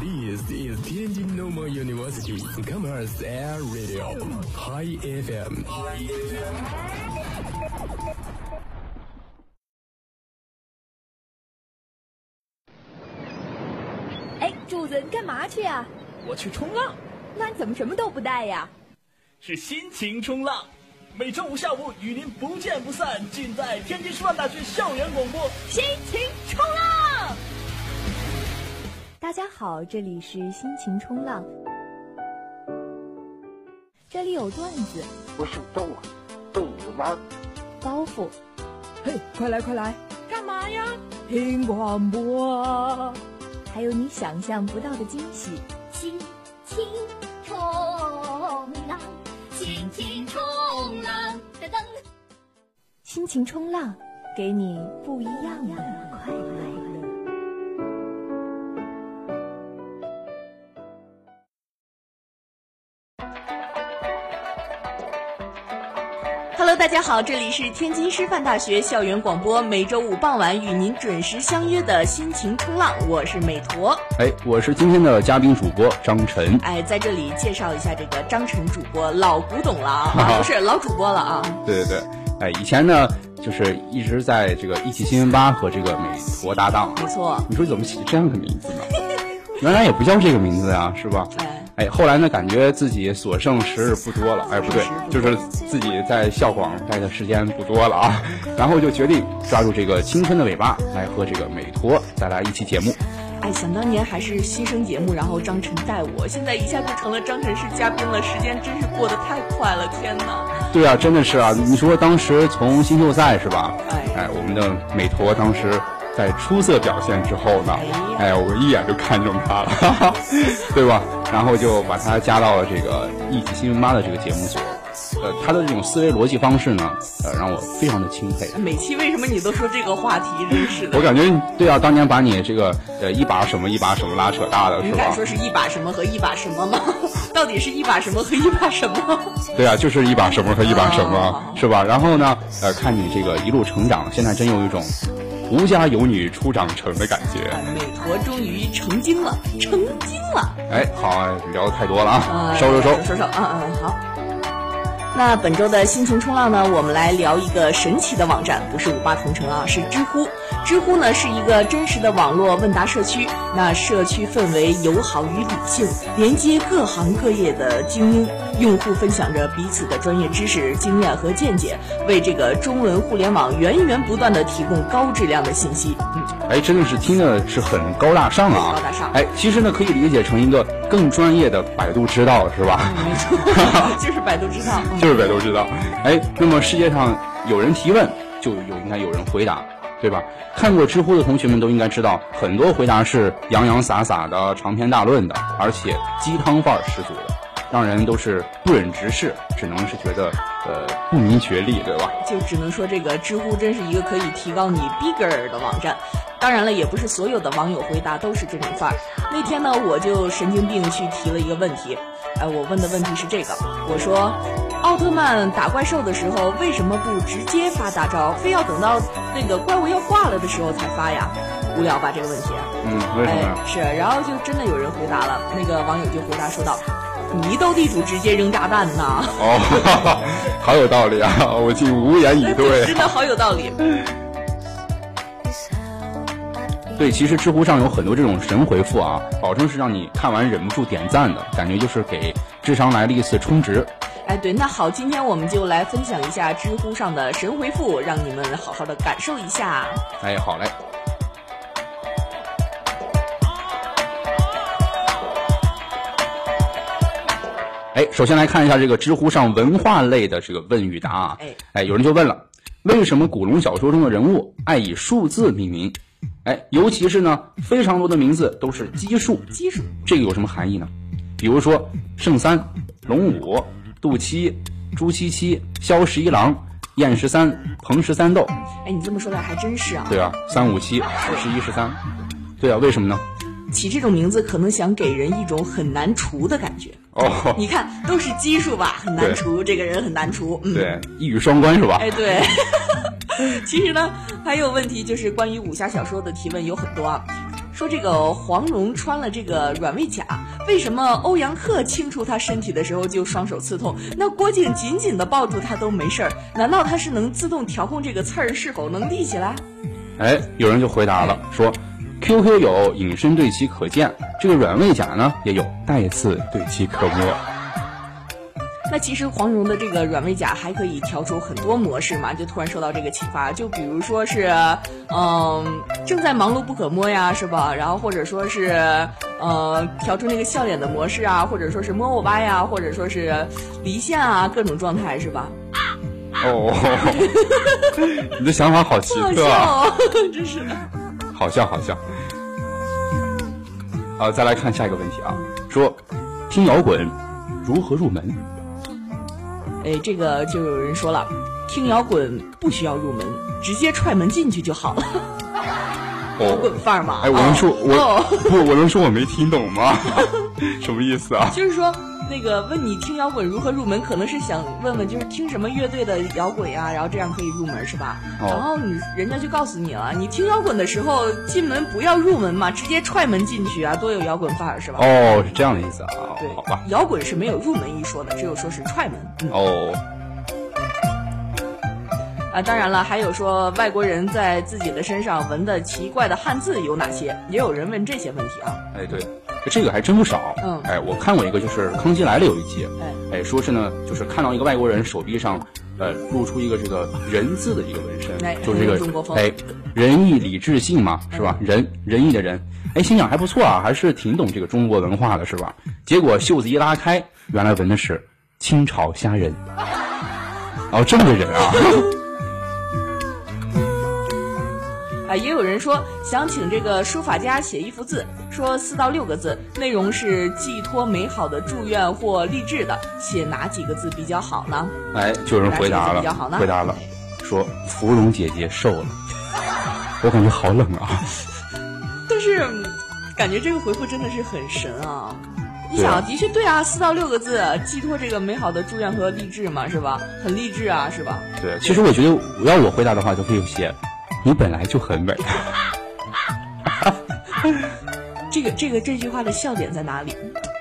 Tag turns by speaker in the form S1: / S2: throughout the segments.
S1: This is Tianjin Normal University Commerce Air Radio High FM。
S2: 哎，柱子，你干嘛去啊？
S3: 我去冲浪，
S2: 那你怎么什么都不带呀？
S3: 是心情冲浪。每周五下午与您不见不散，尽在天津师范大学校园广播。
S2: 心情冲浪。大家好，这里是心情冲浪，这里有段子、
S4: 我属动物，动物吗？
S2: 包袱、
S5: 嘿，快来快来！干嘛呀？听广播。
S2: 还有你想象不到的惊喜。
S6: 心情冲浪，心情冲浪，噔噔。
S2: 心情冲浪，给你不一样的快乐。
S7: Hello，大家好，这里是天津师范大学校园广播，每周五傍晚与您准时相约的心情冲浪，我是美佗。
S8: 哎，我是今天的嘉宾主播张晨。
S7: 哎，在这里介绍一下这个张晨主播，老古董了啊，啊不是老主播了啊。
S8: 对对对，哎，以前呢，就是一直在这个一起新闻吧和这个美佗搭档啊
S7: 没。错，
S8: 你说怎么起这样的名 字呢？原来也不叫这个名字啊，是吧？
S7: 哎，
S8: 哎，后来呢，感觉自己所剩时日不多了，哎，不对
S7: 时日，不多
S8: 就是自己在校广待的时间不多了啊，然后就决定抓住这个青春的尾巴，来和这个美佗带来一期节目。
S7: 哎，想当年还是新生节目，然后张晨带我，现在一下就成了张晨是嘉宾了，时间真是过得太快了，天哪！
S8: 对啊，真的是啊！你说当时从新秀赛是吧？
S7: 哎
S8: 哎，我们的美佗当时在出色表现之后呢，
S7: 哎
S8: 哎，我一眼就看中他了， 哈哈，对吧？然后就把他加到了这个一起新闻吧的这个节目组。呃，他的这种思维逻辑方式呢，呃，让我非常的钦佩。
S7: 每期为什么你都说这个话题，真是的
S8: 我。感觉你对啊，当年把你这个呃一把什么一把什么拉扯大 的
S7: 你
S8: 是吧？
S7: 敢说是一把什么和一把什么吗？ 到底是一把什么和一把什么？
S8: 对啊，就是一把什么和一把什么
S7: 哦，
S8: 是吧？然后呢，呃，看你这个一路成长，现在真有一种吴家有女初长成的感觉。
S7: 美佗终于成精了，成精了！
S8: 哎，好啊，聊的太多了啊，
S7: 啊，
S8: 收收收。
S7: 收收，嗯嗯，好。那本周的心情冲浪呢，我们来聊一个神奇的网站，不是五八同城啊，是知乎。知乎呢是一个真实的网络问答社区，那社区氛围友好与理性，连接各行各业的精英，用户分享着彼此的专业知识、经验和见解，为这个中文互联网源源不断的提供高质量的信息。
S8: 哎，真的是听的是很高大上啊，
S7: 高大上
S8: 哎，其实呢，可以理解成一个更专业的百度知道，是吧？
S7: 没错， 就是百度知道。嗯
S8: 就是百度知道。哎，那么世界上有人提问，就有应该有人回答，对吧？看过知乎的同学们都应该知道，很多回答是洋洋洒洒的、长篇大论的，而且鸡汤范儿十足的，让人都是不忍直视，只能是觉得呃不明觉厉，对吧？
S7: 就只能说这个知乎真是一个可以提高你逼格儿的网站。当然了，也不是所有的网友回答都是这种范儿。那天呢，我就神经病去提了一个问题，哎，我问的问题是这个，我说，奥特曼打怪兽的时候为什么不直接发大招，非要等到那个怪物要挂了的时候才发呀？无聊吧这个问题？
S8: 嗯，为什么呀
S7: 哎？？是，然后就真的有人回答了，那个网友就回答说道：“你斗地主直接扔炸弹呐。”
S8: 哦， 哈哈好有道理啊！我竟无 言以对。
S7: 真的好有道理。
S8: 对，其实知乎上有很多这种神回复啊，保证是让你看完忍不住点赞的感觉，就是给智商来了一次充值。
S7: 哎，对，那好，今天我们就来分享一下知乎上的神回复，让你们好好的感受一下。
S8: 哎，好嘞。哎，首先来看一下这个知乎上文化类的这个问与答啊。
S7: 哎，
S8: 哎，有人就问了，为什么古龙小说中的人物爱以数字命名？哎，尤其是呢，非常多的名字都是奇数，
S7: 基数
S8: 这个有什么含义呢？比如说圣三、龙五、杜七、朱七七、萧十一郎、燕十三、彭十三豆，
S7: 哎，你这么说来还真是啊。
S8: 对啊，三五七、十一、十三，对啊，为什么呢？
S7: 起这种名字可能想给人一种很难除的感觉。
S8: 哦，
S7: 你看，都是基数吧，很难除，这个人很难除。嗯，。
S8: 对，一语双关是吧？
S7: 哎，对。 其实呢，还有问题就是关于武侠小说的提问有很多啊。说这个黄蓉穿了这个软猬甲，为什么欧阳克轻触她身体的时候就双手刺痛？那郭靖紧紧的抱住她都没事儿，难道他是能自动调控这个刺儿是否能立起来？
S8: 哎，有人就回答了，说，QQ 有隐身对其可见，这个软猬甲呢也有带刺对其可摸。
S7: 那其实黄蓉的这个软猬甲还可以调出很多模式嘛，就突然受到这个启发，就比如说是，嗯，正在忙碌不可摸呀，是吧？然后或者说是，呃，调出那个笑脸的模式啊，或者说是摸我吧呀，或者说是离线啊，各种状态是吧？
S8: 哦， 你的想法好奇特
S7: 啊，好笑哦、 真是
S8: 好笑好笑。好、啊，再来看下一个问题啊，说听摇滚如何入门？
S7: 哎，这个就有人说了，听摇滚不需要入门，直接踹门进去就好了。 摇滚范儿嘛。啊
S8: 哎，我能说、哦、我、哦、不？我能说我没听懂吗？ 什么意思啊？
S7: 就是说，那个问你听摇滚如何入门，可能是想问问，就是听什么乐队的摇滚呀、啊，然后这样可以入门是吧？哦、然后你人家就告诉你了，你听摇滚的时候进门不要入门嘛，直接踹门进去啊，多有摇滚范儿是吧？
S8: 哦，是这样的意思啊。
S7: 对，
S8: 好吧。
S7: 摇滚是没有入门一说的，只有说是踹门。嗯、
S8: 哦。
S7: 啊，当然了，还有说外国人在自己的身上纹的奇怪的汉字有哪些？也有人问这些问题啊。
S8: 哎，对，这个还真不少。
S7: 嗯，
S8: 哎，我看过一个，就是《康熙来了》有一集，
S7: 哎，
S8: 哎，说是呢，就是看到一个外国人手臂上，呃，露出一个这个人字的一个纹身，
S7: 哎、
S8: 就是这个
S7: 中国风，嗯
S8: 哎，仁义礼智信嘛，是吧？仁仁义的仁，哎，心想还不错啊，还是挺懂这个中国文化的，是吧？结果袖子一拉开，原来纹的是清朝虾仁，哦，这么个人啊。
S7: 啊，也有人说想请这个书法家写一幅字，说四到六个字，内容是寄托美好的祝愿或励志的，写哪几个字比较好呢？
S8: 哎，就有人回答了，
S7: 比较好呢
S8: 回答了，说芙蓉姐姐瘦了，我感觉好冷啊。
S7: 但是感觉这个回复真的是很神啊！你想，的确对啊，四到六个字，寄托这个美好的祝愿和励志嘛，是吧？很励志啊，是吧？
S8: 对，其实我觉得要我回答的话，就可以写。你本来就很美。
S7: 这个这个这句话的笑点在哪里？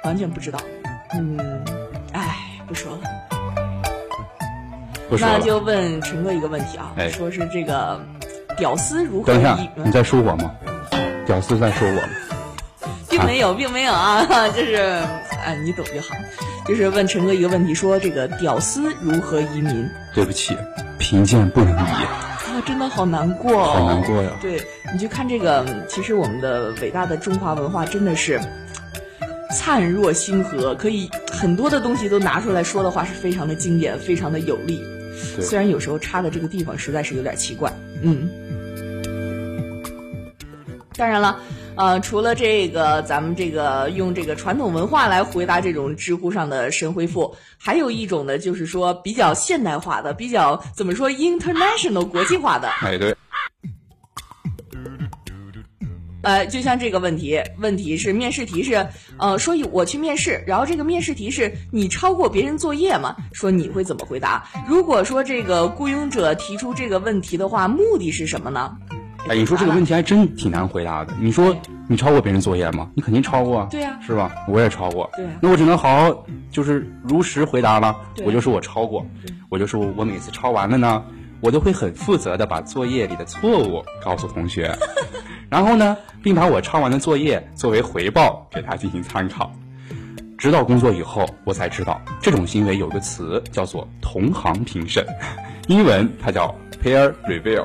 S7: 完全不知道。嗯，唉，不说了。
S8: 不说
S7: 了。那就问陈哥一个问题啊，
S8: 哎、
S7: 说是这个屌丝如何？
S8: 等一下，你在说我吗？屌丝在说我
S7: 吗？并没有，并没有啊， 就是哎，你懂就好。就是问陈哥一个问题，说这个屌丝如何移民？
S8: 对不起，贫贱不能移。
S7: 啊，真的好难过、哦，
S8: 好难过呀！
S7: 对，你去看这个，其实我们的伟大的中华文化真的是灿若星河，可以很多的东西都拿出来说的话，是非常的经典，非常的有力。虽然有时候插的这个地方实在是有点奇怪，嗯。当然了，呃，除了这个，咱们这个用这个传统文化来回答这种知乎上的神回复，还有一种呢，就是说比较现代化的，比较怎么说 international 国际化的。
S8: 哎，对。
S7: 呃，就像这个问题，问题是面试题是，呃，说我去面试，然后这个面试题是你超过别人作业吗？说你会怎么回答？如果说这个雇佣者提出这个问题的话，目的是什么呢？
S8: 哎，你说这个问题还真挺难回答的。你说你抄过别人作业吗？你肯定抄过啊，
S7: 对呀、啊，
S8: 是吧？我也抄过，
S7: 对、啊。
S8: 那我只能好好就是如实回答了。
S7: 啊、
S8: 我就说我抄过，我就说我每次抄完了呢，我都会很负责的把作业里的错误告诉同 学，然后呢，并把我抄完的作业作为回报给他进行参考。直到工作以后，我才知道这种行为有个词叫做同行评审，英文它叫 peer review。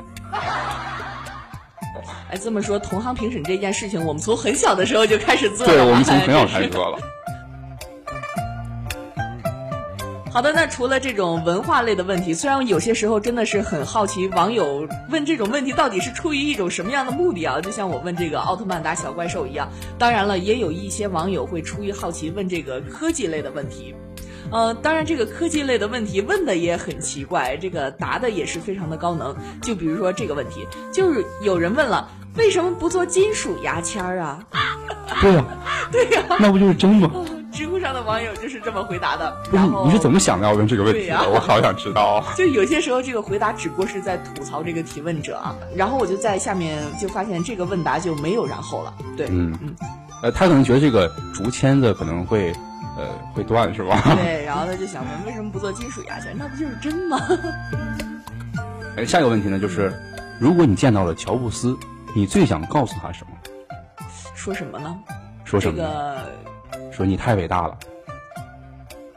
S7: 哎，这么说，同行评审这件事情，我们从很小的时候就开始做
S8: 了。对，我们从很小开始做了。
S7: 好的，那除了这种文化类的问题，虽然有些时候真的是很好奇，网友问这种问题到底是出于一种什么样的目的啊？就像我问这个奥特曼打小怪兽一样。当然了，也有一些网友会出于好奇问这个科技类的问题。呃，当然，这个科技类的问题问的也很奇怪，这个答的也是非常的高能。就比如说这个问题，就是有人问了，为什么不做金属牙签儿啊？
S8: 对呀、
S7: 啊，对呀、啊，
S8: 那不就是针 吗？
S7: 哦、知乎乎上的网友就是这么回答的。
S8: 不是
S7: 然后
S8: 你是怎么想到要问这个问题
S7: 对
S8: 的？
S7: 呀
S8: 我好想知道。啊
S7: 就有些时候，这个回答只不过是在吐槽这个提问者啊。然后我就在下面就发现这个问答就没有然后了。对，
S8: 嗯
S7: 嗯，
S8: 呃，他可能觉得这个竹签子可能会呃会断是吧？
S7: 对。然后他就想问，为什么不做金属牙签？那不就是真吗？
S8: 哎，下一个问题呢，就是如果你见到了乔布斯，你最想告诉他什么？
S7: 说什么呢？
S8: 说什
S7: 这
S8: 么呢？
S7: 个
S8: 说你太伟 大了。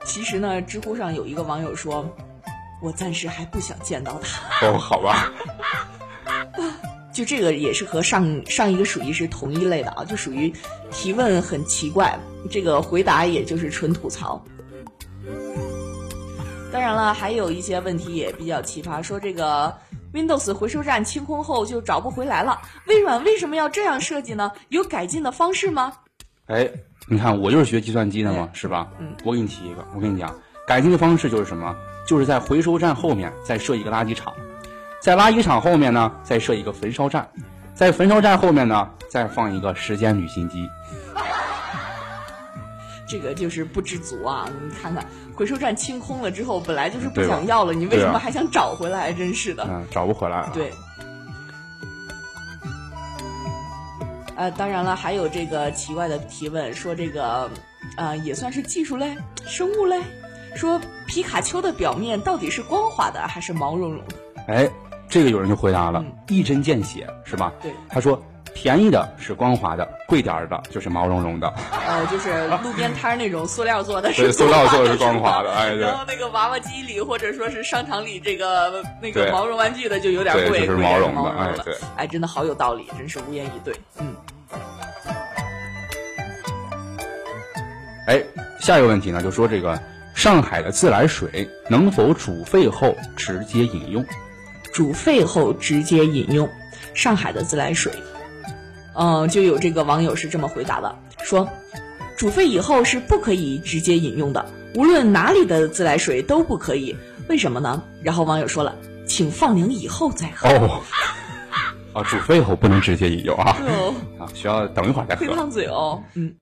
S7: 其实呢，知乎上有一个网友说，我暂时还不想见到他。
S8: 哦，好吧，
S7: 就这个也是和上上一个属于是同一类的啊，就属于提问很奇怪，这个回答也就是纯吐槽。当然了，还有一些问题也比较奇葩，说这个 Windows 回收站清空后就找不回来了，微软为什么要这样设计呢？有改进的方式吗？
S8: 哎，你看我就是学计算机的嘛，是吧？
S7: 嗯
S8: 我给你提一个，我跟你讲，改进的方式就是什么？就是在回收站后面再设一个垃圾场，在垃圾场后面呢再设一个焚烧站，在焚烧站后面呢再放一个时间旅行机。
S7: 这个就是不知足啊！你看看，回收站清空了之后，本来就是不
S8: 对吧
S7: 想要了，你为
S8: 对啊
S7: 什么还想找回来？真是的。
S8: 嗯，找不回来了。
S7: 对。呃，当然了，还有这个奇怪的提问，说这个，呃，也算是技术类、生物类，说皮卡丘的表面到底是光滑的还是毛茸茸的？
S8: 哎，这个有人就回答了，
S7: 嗯
S8: 一针见血，是吧？
S7: 对
S8: 他说便宜的是光滑的，贵点儿的就是毛茸茸的。
S7: 呃，就是路边摊儿那种塑料做的
S8: 对
S7: 是
S8: 塑料做的是光滑
S7: 滑
S8: 的
S7: 的，
S8: 哎对
S7: 然后那个娃娃机里或者说是商场里这个那个
S8: 对
S7: 毛绒玩具的就有点
S8: 对
S7: 贵，
S8: 就是
S7: 贵
S8: 毛
S7: 点
S8: 绒的
S7: 毛绒
S8: 哎
S7: 了
S8: 对
S7: 哎，真的好有道理，真是无言以对。嗯，
S8: 哎，下一个问题呢，就说这个上海的自来水能否煮沸后直接饮用？
S7: 煮沸后直接饮用上海的自来水。嗯，就有这个网友是这么回答的，说煮沸以后是不可以直接饮用的，无论哪里的自来水都不可以。为什么呢？然后网友说了，请放凉以后再喝。
S8: 哦， 啊，煮沸后不能直接饮用啊，
S7: 对 哦，
S8: 啊，需要等一会儿再
S7: 会
S8: 喝。
S7: 烫嘴哦。嗯。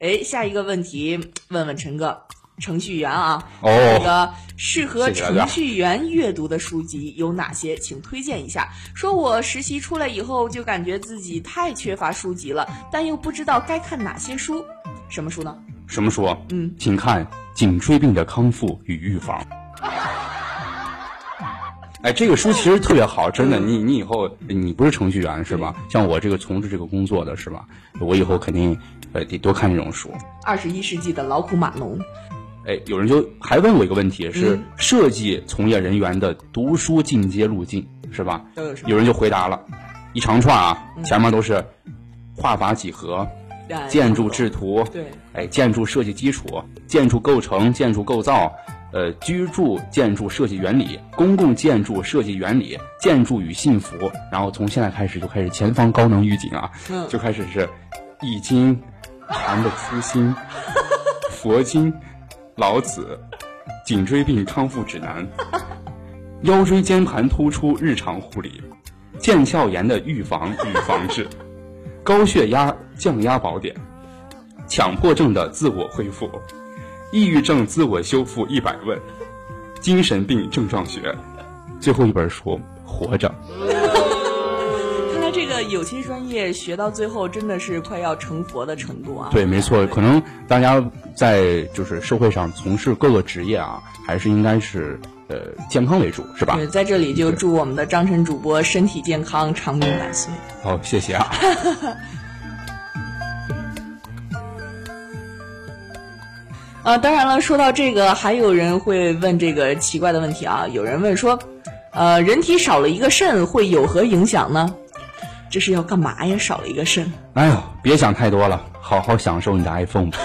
S7: 哎，下一个问题问问陈哥，程序员啊，
S8: 哦
S7: 这个适合
S8: 谢谢大家
S7: 程序员阅读的书籍有哪些？请推荐一下。说我实习出来以后，就感觉自己太缺乏书籍了，但又不知道该看哪些书。什么书呢？
S8: 什么书？
S7: 嗯，
S8: 请看《颈椎病的康复与预防》。哎，这个书其实特别好，真的。你你以后你不是程序员是吧？像我这个从事这个工作的是吧？我以后肯定呃得多看这种书。
S7: 二十一世纪的劳苦马农。
S8: 哎，有人就还问我一个问题，是
S7: 嗯
S8: 设计从业人员的读书进阶路径是吧？
S7: 都有什么
S8: 有人就回答了，一长串啊，前面都是画法几何、
S7: 嗯哎
S8: 建筑制图，
S7: 对，
S8: 哎，建筑设计基础、建筑构成、建筑构造，呃，居住建筑设计原理、公共建筑设计原理、建筑与幸福，然后从现在开始就开始前方高能预警啊，
S7: 嗯
S8: 就开始是《易经》、禅的初心、佛经、老子、颈椎病康复指南、腰椎间盘突出日常护理、腱鞘炎的预防与防治、高血压降压宝典。强迫症的自我恢复，抑郁症自我修复一百问，精神病症状学，最后一本书《活着
S7: 看来这个有些专业学到最后真的是快要成佛的程度啊》。。
S8: 对，没错，可能大家在就是社会上从事各个职业啊，还是应该是呃健康为主，是吧
S7: 对，？在这里就祝我们的张晨主播身体健康，长命百岁。
S8: 好，谢谢啊。
S7: 啊，当然了，说到这个，还有人会问这个奇怪的问题啊，有人问说，呃，人体少了一个肾会有何影响呢？这是要干嘛呀？少了一个肾，
S8: 哎呦，别想太多了，好好享受你的 iPhone 吧。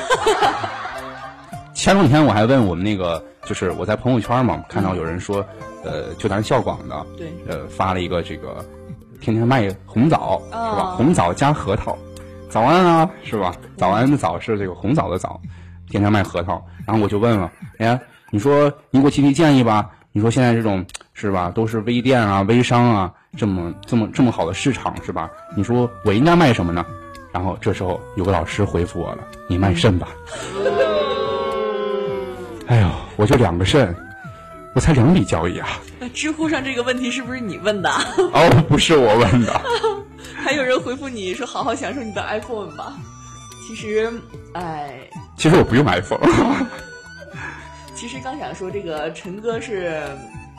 S8: 前两天我还问我们那个，就是我在朋友圈嘛，看到有人说，呃，就咱校广的，
S7: 对
S8: 呃，发了一个这个，天天卖红枣、是吧
S7: 哦？
S8: 红枣加核桃，早安啊，是吧？早安的早是这个红枣的枣，天天卖核桃。然后我就问了，哎呀，你说你给我提提建议吧？你说现在这种是吧，都是微店啊、微商啊，这么这么这么好的市场是吧？你说我应该卖什么呢？然后这时候有个老师回复我了：“你卖肾吧。”
S7: 哦
S8: 哎呦，我就两个肾，我才两笔交易啊！
S7: 那知乎上这个问题是不是你问的？
S8: 哦，不是我问的。
S7: 还有人回复你说：“好好享受你的 iPhone 吧。”其实，哎，
S8: 其实我不用 iPhone。
S7: 哦其实刚想说，这个陈哥是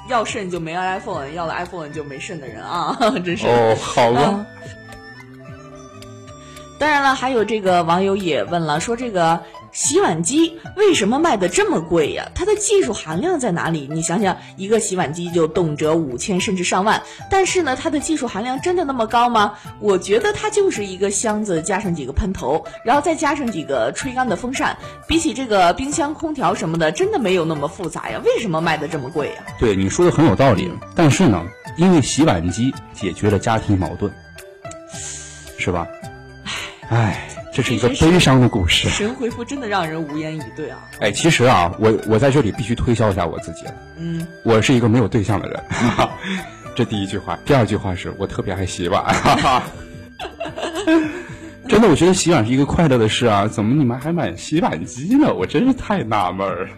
S7: 要肾就没 iPhone，要了 iPhone 就没肾的人啊， 真是嗯
S8: 哦，好吧、啊。
S7: 当然了，还有这个网友也问了，说这个洗碗机为什么卖的这么贵呀、啊？它的技术含量在哪里？你想想，一个洗碗机就动辄五千甚至上万，但是呢，它的技术含量真的那么高吗？我觉得它就是一个箱子加上几个喷头，然后再加上几个吹干的风扇，比起这个冰箱、空调什么的，真的没有那么复杂呀。为什么卖的这么贵呀？
S8: 对你说的很有道理，但是呢，因为洗碗机解决了家庭矛盾，是吧？唉，这是一个悲伤的故事。
S7: 神回复真的让人无言以对啊！
S8: 哎，其实啊，我我在这里必须推销一下我自己。
S7: 嗯，
S8: 我是一个没有对象的人，这第一句话。第二句话是我特别爱洗碗， 哈哈。真的，我觉得洗碗是一个快乐的事啊！怎么你们还买洗碗机呢？我真是太纳闷了。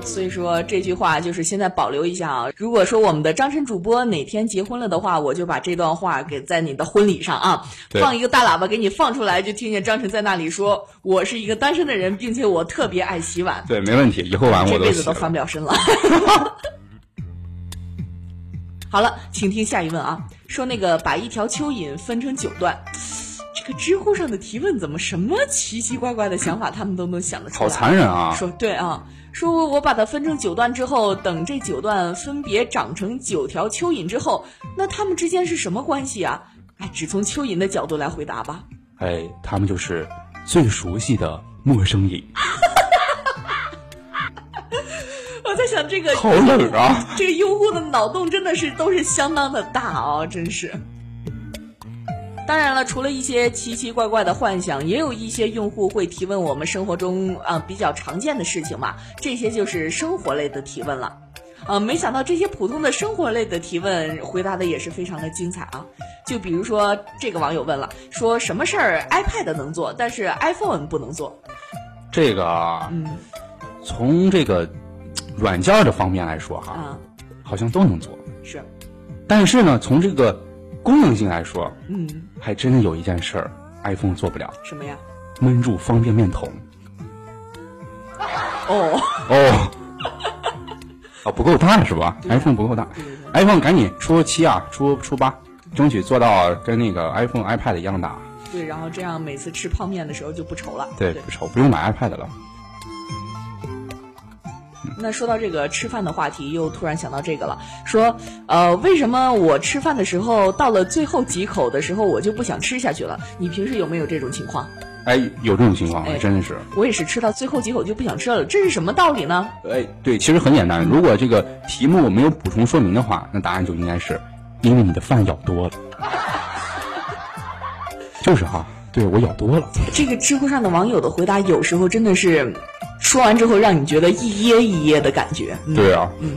S7: 所以说这句话就是现在保留一下啊。如果说我们的张晨主播哪天结婚了的话，我就把这段话给在你的婚礼上啊，放一个大喇叭给你放出来，就听见张晨在那里说：“我是一个单身的人，并且我特别爱洗碗。”
S8: 对，没问题，以后碗啊
S7: 这
S8: 我
S7: 辈子都翻不了身了。 好了，请听下一问啊，说那个把一条蚯蚓分成九段。这个知乎上的提问怎么什么奇奇怪怪的想法他们都能想得出
S8: 来？好残忍啊！
S7: 说对啊，说我把它分成九段之后，等这九段分别长成九条蚯蚓之后，那它们之间是什么关系啊？哎，只从蚯蚓的角度来回答吧。
S8: 哎，他们就是最熟悉的陌生蚁。
S7: 哎我在想 这个
S8: 好冷啊！
S7: 这个用户的脑洞真的是都是相当的大啊、哦，真是。当然了，除了一些奇奇怪怪的幻想，也有一些用户会提问我们生活中啊、呃、比较常见的事情嘛，这些就是生活类的提问了。啊、呃，没想到这些普通的生活类的提问回答的也是非常的精彩啊。就比如说这个网友问了，说什么事儿 iPad 能做，但是 iPhone 不能做？
S8: 这个，啊
S7: 嗯，
S8: 从这个软件的方面来说哈，
S7: 啊、
S8: 好像都能做，
S7: 是。
S8: 但是呢，从这个功能性来说，
S7: 嗯，
S8: 还真的有一件事儿，iPhone 做不了。
S7: 什么呀？
S8: 闷住方便面桶。
S7: 哦
S8: 哦， 哦，不够大是吧？iPhone
S7: 啊
S8: 不够大，iPhone 赶紧出七啊，出出八，争取做到跟那个 iPhone、iPad 一样大。
S7: 对，然后这样每次吃泡面的时候就不愁了。
S8: 对，
S7: 对
S8: 不愁，不用买 iPad 了。
S7: 那说到这个吃饭的话题，又突然想到这个了。说，呃，为什么我吃饭的时候到了最后几口的时候，我就不想吃下去了？你平时有没有这种情况？
S8: 哎，有这种情况，还真的是、哎。
S7: 我也是吃到最后几口就不想吃了，这是什么道理呢？
S8: 哎，对，其实很简单。如果这个题目没有补充说明的话，那答案就应该是，因为你的饭咬 多了。就是哈，对我咬多了。
S7: 这个知乎上的网友的回答，有时候真的是。说完之后，让你觉得一噎一噎的感觉。嗯、
S8: 对啊，
S7: 嗯。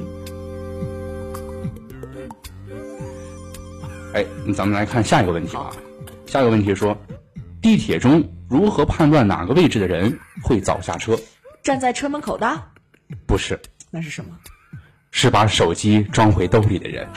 S8: 哎，咱们来看下一个问题吧。下一个问题说，地铁中如何判断哪个位置的人会早下车？
S7: 站在车门口的？
S8: 不是。
S7: 那是什么？
S8: 是把手机装回兜里的人。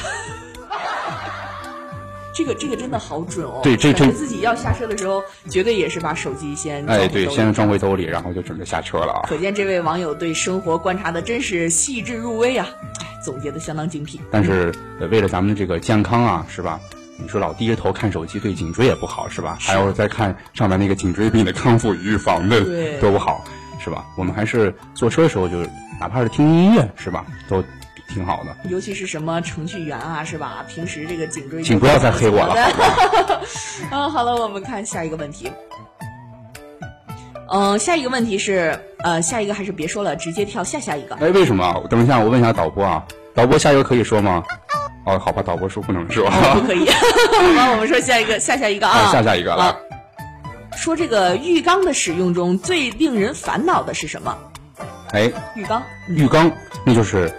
S7: 这个这个真的好准哦！
S8: 对，这这
S7: 自己要下车的时候，绝对也是把手机先
S8: 哎，对，先装回兜里，然后就准备下车了啊！
S7: 可见这位网友对生活观察的真是细致入微啊，哎，总结的相当精辟。
S8: 但是、呃、为了咱们的这个健康啊，是吧？你说老低着头看手机，对颈椎也不好，是吧？
S7: 是
S8: 还有再看上面那个颈椎病的康复与预防的
S7: 对，
S8: 多不好，是吧？我们还是坐车的时候就，哪怕是听音乐，是吧？都。挺好的，
S7: 尤其是什么程序员啊，是吧？平时这个颈椎，
S8: 请不要再黑我了。
S7: 嗯，好了，我们看下一个问题。嗯、呃，下一个问题是，呃，下一个还是别说了，直接跳下下一个。
S8: 哎，为什么？等一下，我问一下导播啊，导播下一个可以说吗？哦，好吧，导播说不能说，
S7: 哦、 不可以。 好吧，我们说下一个，下下一个啊，
S8: 下下一个了、啊。
S7: 说这个浴缸的使用中最令人烦恼的是什么？
S8: 哎，
S7: 浴缸，
S8: 浴缸，那就是。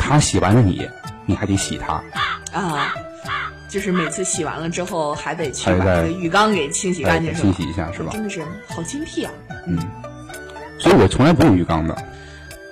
S8: 他洗完了你，你还得洗它
S7: 啊。就是每次洗完了之后，还得去
S8: 还得
S7: 把
S8: 再
S7: 这个浴缸给清洗干净，
S8: 哎
S7: 是
S8: 清
S7: 吧？
S8: 洗一下是吧？
S7: 真的是好精辟啊！
S8: 嗯，所以我从来不用浴缸的。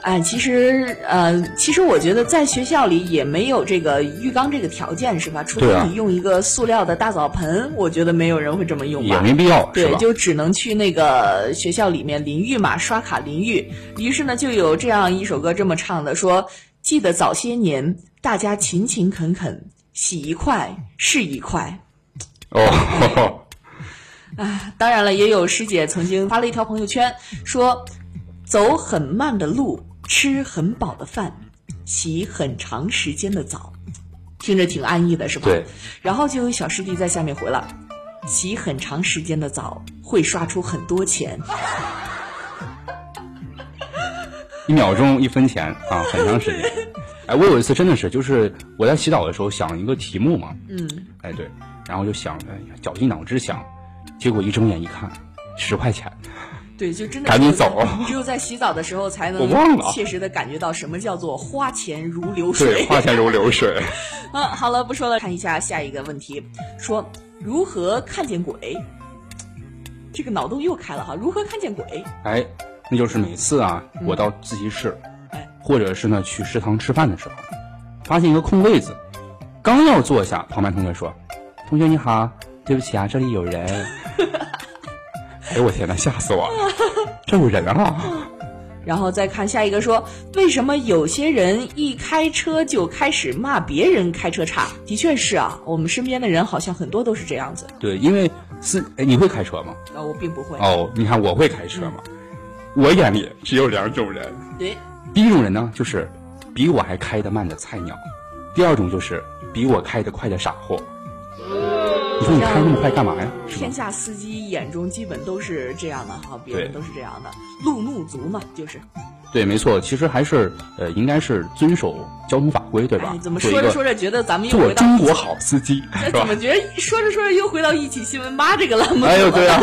S7: 哎，其实呃，其实我觉得在学校里也没有这个浴缸这个条件，是吧？除非
S8: 对啊
S7: 你用一个塑料的大澡盆，我觉得没有人会这么用
S8: 也
S7: 吧。
S8: 没必要，是
S7: 对，
S8: 吧？
S7: 就只能去那个学校里面淋浴嘛，刷卡淋浴。于是呢，就有这样一首歌这么唱的，说：“记得早些年，大家勤勤恳恳，洗一块是一块。
S8: 哦，
S7: 啊”当然了，也有师姐曾经发了一条朋友圈，说：“走很慢的路，吃很饱的饭，洗很长时间的澡。”听着挺安逸的，是吧？
S8: 对。
S7: 然后就有小师弟在下面回了：“洗很长时间的澡，会刷出很多钱。”
S8: 一秒钟一分钱啊，很长时间。 哎，我有一次真的是，就是我在洗澡的时候想一个题目嘛，
S7: 嗯，
S8: 哎对，然后就想着哎呀绞尽脑汁想，结果一睁眼一看，十块钱，
S7: 对，就真的
S8: 赶紧
S7: 只有在
S8: 走
S7: 只有在洗澡的时候才
S8: 我
S7: 能
S8: 忘了
S7: 切实的感觉到什么叫做花钱如流
S8: 对，
S7: 水。
S8: 花钱如流水。
S7: 嗯，好了，不说了，看一下下一个问题，说如何看见鬼？这个脑洞又开了哈，如何看见鬼？
S8: 哎，那就是每次啊，我到自习室，
S7: 哎
S8: 或者是呢去食堂吃饭的时候，发现一个空位子，刚要坐下，旁边同学说：“同学你好，对不起啊，这里有人。”哎呦我天呐，吓死我了！这有人啊！
S7: 然后再看下一个说，为什么有些人一开车就开始骂别人开车差？的确是啊，我们身边的人好像很多都是这样子。
S8: 对，因为司哎，你会开车吗？
S7: 啊，我并不会。
S8: 哦，你看我会开车吗？我眼里只有两种人，
S7: 对，
S8: 第一种人呢就是比我还开得慢的菜鸟，第二种就是比我开得快的傻货。你说你开那么快干嘛呀？是吧
S7: 天？下司机眼中基本都是这样的哈，别人
S8: 对
S7: 都是这样的，路怒族嘛，就是。
S8: 对，没错，其实还是呃，应该是遵守交通法规，对吧？
S7: 哎，怎么
S8: 做一
S7: 说着
S8: 个
S7: 说着觉得咱们又
S8: 做
S7: 回到
S8: 中国好 司机，
S7: 哎
S8: 是
S7: 怎
S8: 吧
S7: 么？觉得说着说着又回到一起新闻吧这个栏目了？
S8: 哎呦，对啊，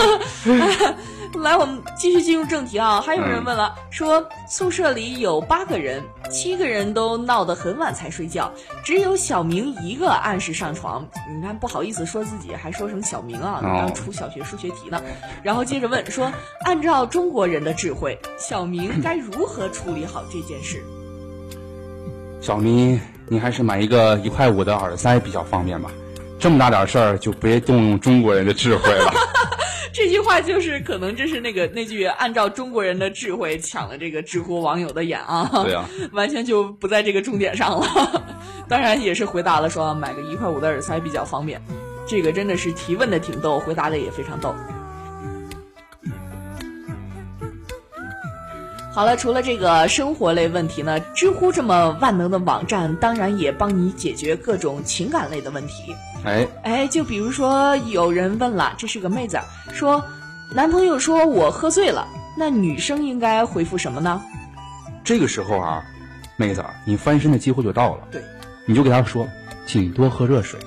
S7: 来，我们继续进入正题啊。还有人问
S8: 嗯
S7: 了，说宿舍里有八个人，七个人都闹得很晚才睡觉，只有小明一个按时上床。你看，不好意思说自己，还说成小明啊，
S8: 哦
S7: 刚出小学数学题呢。然后接着问说，按照中国人的智慧，小明该如何处理好这件事？
S8: 小明，你还是买一个一块五的耳塞比较方便吧。这么大点事儿，就别动用中国人的智慧了。
S7: 这句话就是可能这是那个那句按照中国人的智慧抢了这个知乎网友的眼啊，
S8: 对啊，
S7: 完全就不在这个重点上了。当然也是回答了说买个一块五的耳塞比较方便，这个真的是提问的挺逗，回答的也非常逗。好了，除了这个生活类问题呢，知乎这么万能的网站，当然也帮你解决各种情感类的问题。
S8: 哎，
S7: 哎，就比如说有人问了，这是个妹子儿，说男朋友说我喝醉了，那女生应该回复什么呢？
S8: 这个时候啊，妹子儿，你翻身的机会就到了。
S7: 对，
S8: 你就给他说，请多喝热水。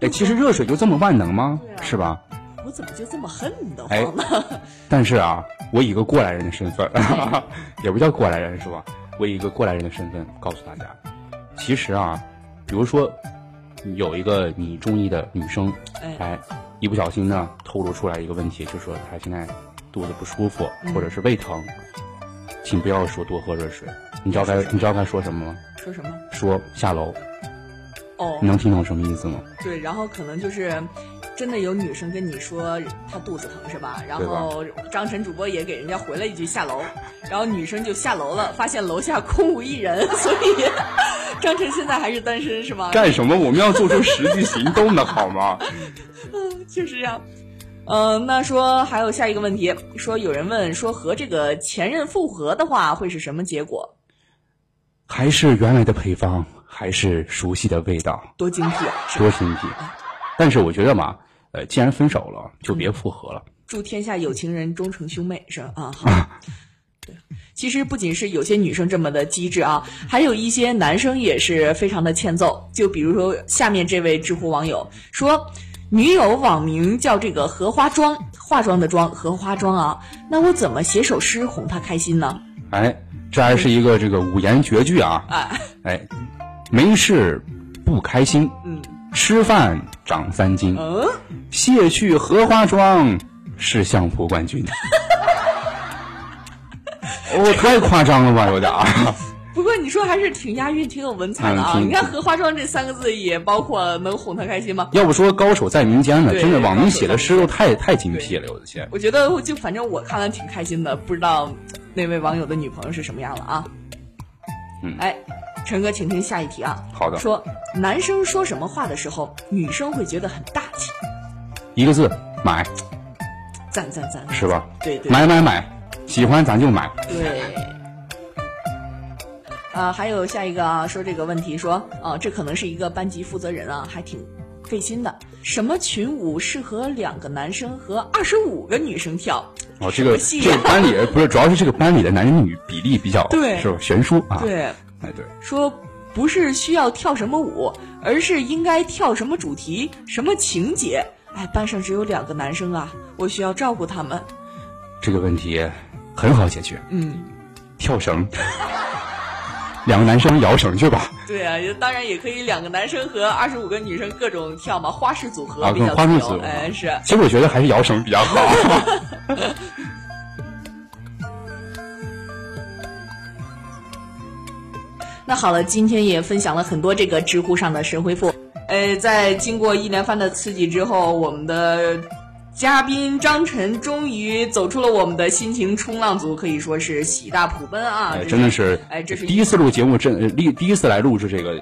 S8: 哎，其实热水就这么万能吗？是吧？
S7: 我怎么就这么恨得
S8: 哎
S7: 慌呢？
S8: 但是啊，我以一个过来人的身份， 也不叫过来人是吧？我以一个过来人的身份告诉大家，其实啊，比如说有一个你中意的女生，
S7: 哎
S8: 哎，一不小心呢透露出来一个问题，就说她现在肚子不舒服或者是胃疼，请不要说多喝热水，你知道该你知道该说什么吗？
S7: 说什么？
S8: 说下楼，
S7: 哦
S8: 你，能听懂什么意思吗？
S7: 对，然后可能就是。真的有女生跟你说她肚子疼是吧？然后张晨主播也给人家回了一句下楼， 然后女生就下楼了，发现楼下空无一人， 所以张晨现在还是单身是吗？
S8: 干什么？我们要做出实际行动的好吗？
S7: 就是这样。嗯、那说还有下一个问题，说有人问说和这个前任复合的话会是什么结果？
S8: 还是原来的配方，还是熟悉的味道。
S7: 多精辟啊！是吧
S8: 多心机。但是我觉得嘛，呃，既然分手了，就别复合了。
S7: 祝天下有情人终成兄妹，是吧？啊，好。对，其实不仅是有些女生这么的机智啊，还有一些男生也是非常的欠揍。就比如说下面这位知乎网友说，女友网名叫这个荷花妆，化妆的妆，荷花妆啊，那我怎么写首诗哄她开心呢？
S8: 哎，这还是一个这个五言绝句啊。哎，没事不开心，
S7: 嗯
S8: 吃饭长三斤，
S7: 嗯，
S8: 卸去荷花妆是相扑冠 军。我、太夸张了吧，有点儿。
S7: 不过你说还是挺押韵，挺有文采的啊。
S8: 嗯挺
S7: 你看“荷花妆”这三个字也包括能哄她开心吗？
S8: 要不说高手在民间呢，
S7: 对
S8: 真的网民
S7: 高手
S8: 写
S7: 在
S8: 的诗
S7: 民
S8: 都
S7: 间
S8: 太太精辟了，有的些。
S7: 我觉得我就反正我看了挺开心的，不知道那位网友的女朋友是什么样了啊。
S8: 嗯
S7: 哎，陈哥，请听下一题啊。
S8: 好的
S7: 说男生说什么话的时候，女生会觉得很大气，
S8: 一个字买
S7: 赞赞赞，
S8: 是吧？
S7: 对对
S8: 买买买，喜欢咱就买。
S7: 对。啊，还有下一个啊，说这个问题说，啊，这可能是一个班级负责人啊，还挺费心的。什么群舞适合两个男生和二十五个女生跳？
S8: 哦，这
S7: 什
S8: 个
S7: 么戏啊
S8: 这
S7: 呀
S8: 个班里不是，主要是这个班里的男女比例比较
S7: 对
S8: 是吧悬殊 啊。，
S7: 对，
S8: 哎对，
S7: 说不是需要跳什么舞，而是应该跳什么主题、什么情节。哎，班上只有两个男生啊，我需要照顾他们。
S8: 这个问题很好解决，
S7: 嗯，
S8: 跳绳，两个男生摇绳去吧，
S7: 对啊，也当然也可以两个男生和二十五个女生各种跳嘛，花式组合
S8: 啊，
S7: 比
S8: 跟
S7: 较
S8: 花
S7: 自
S8: 木
S7: 由
S8: 子。
S7: 哎，是。
S8: 其实我觉得还是摇绳比较 好。
S7: 那好了，今天也分享了很多这个知乎上的神回复。呃，在经过一连番的刺激之后，我们的嘉宾张晨终于走出了我们的心情冲浪组，可以说是喜大普奔啊！
S8: 哎，
S7: 是
S8: 真的是，
S7: 哎，这是
S8: 第一次录节目，真呃第第一次来录制这个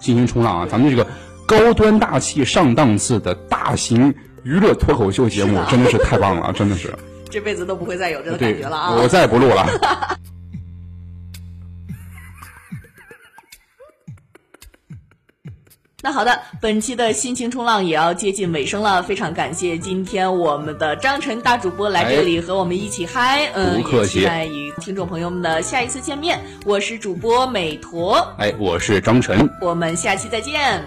S8: 进行冲浪啊，咱们这个高端大气上档次的大型娱乐脱口秀节目，真的是太棒了啊，真的是，
S7: 这辈子都不会 再有这个感
S8: 对
S7: 觉了，啊！
S8: 我再也不录了。
S7: 那好的，本期的心情冲浪也要接近尾声了，非常感谢今天我们的张晨大主播来这里和我们一起嗨，嗯，
S8: 不客气
S7: 也期待与听众朋友们的下一次见面。我是主播美驼，
S8: 哎，我是张晨，
S7: 我们下期再见，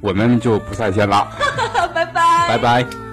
S8: 我们就不再见了，
S7: 拜拜，拜
S8: 拜拜。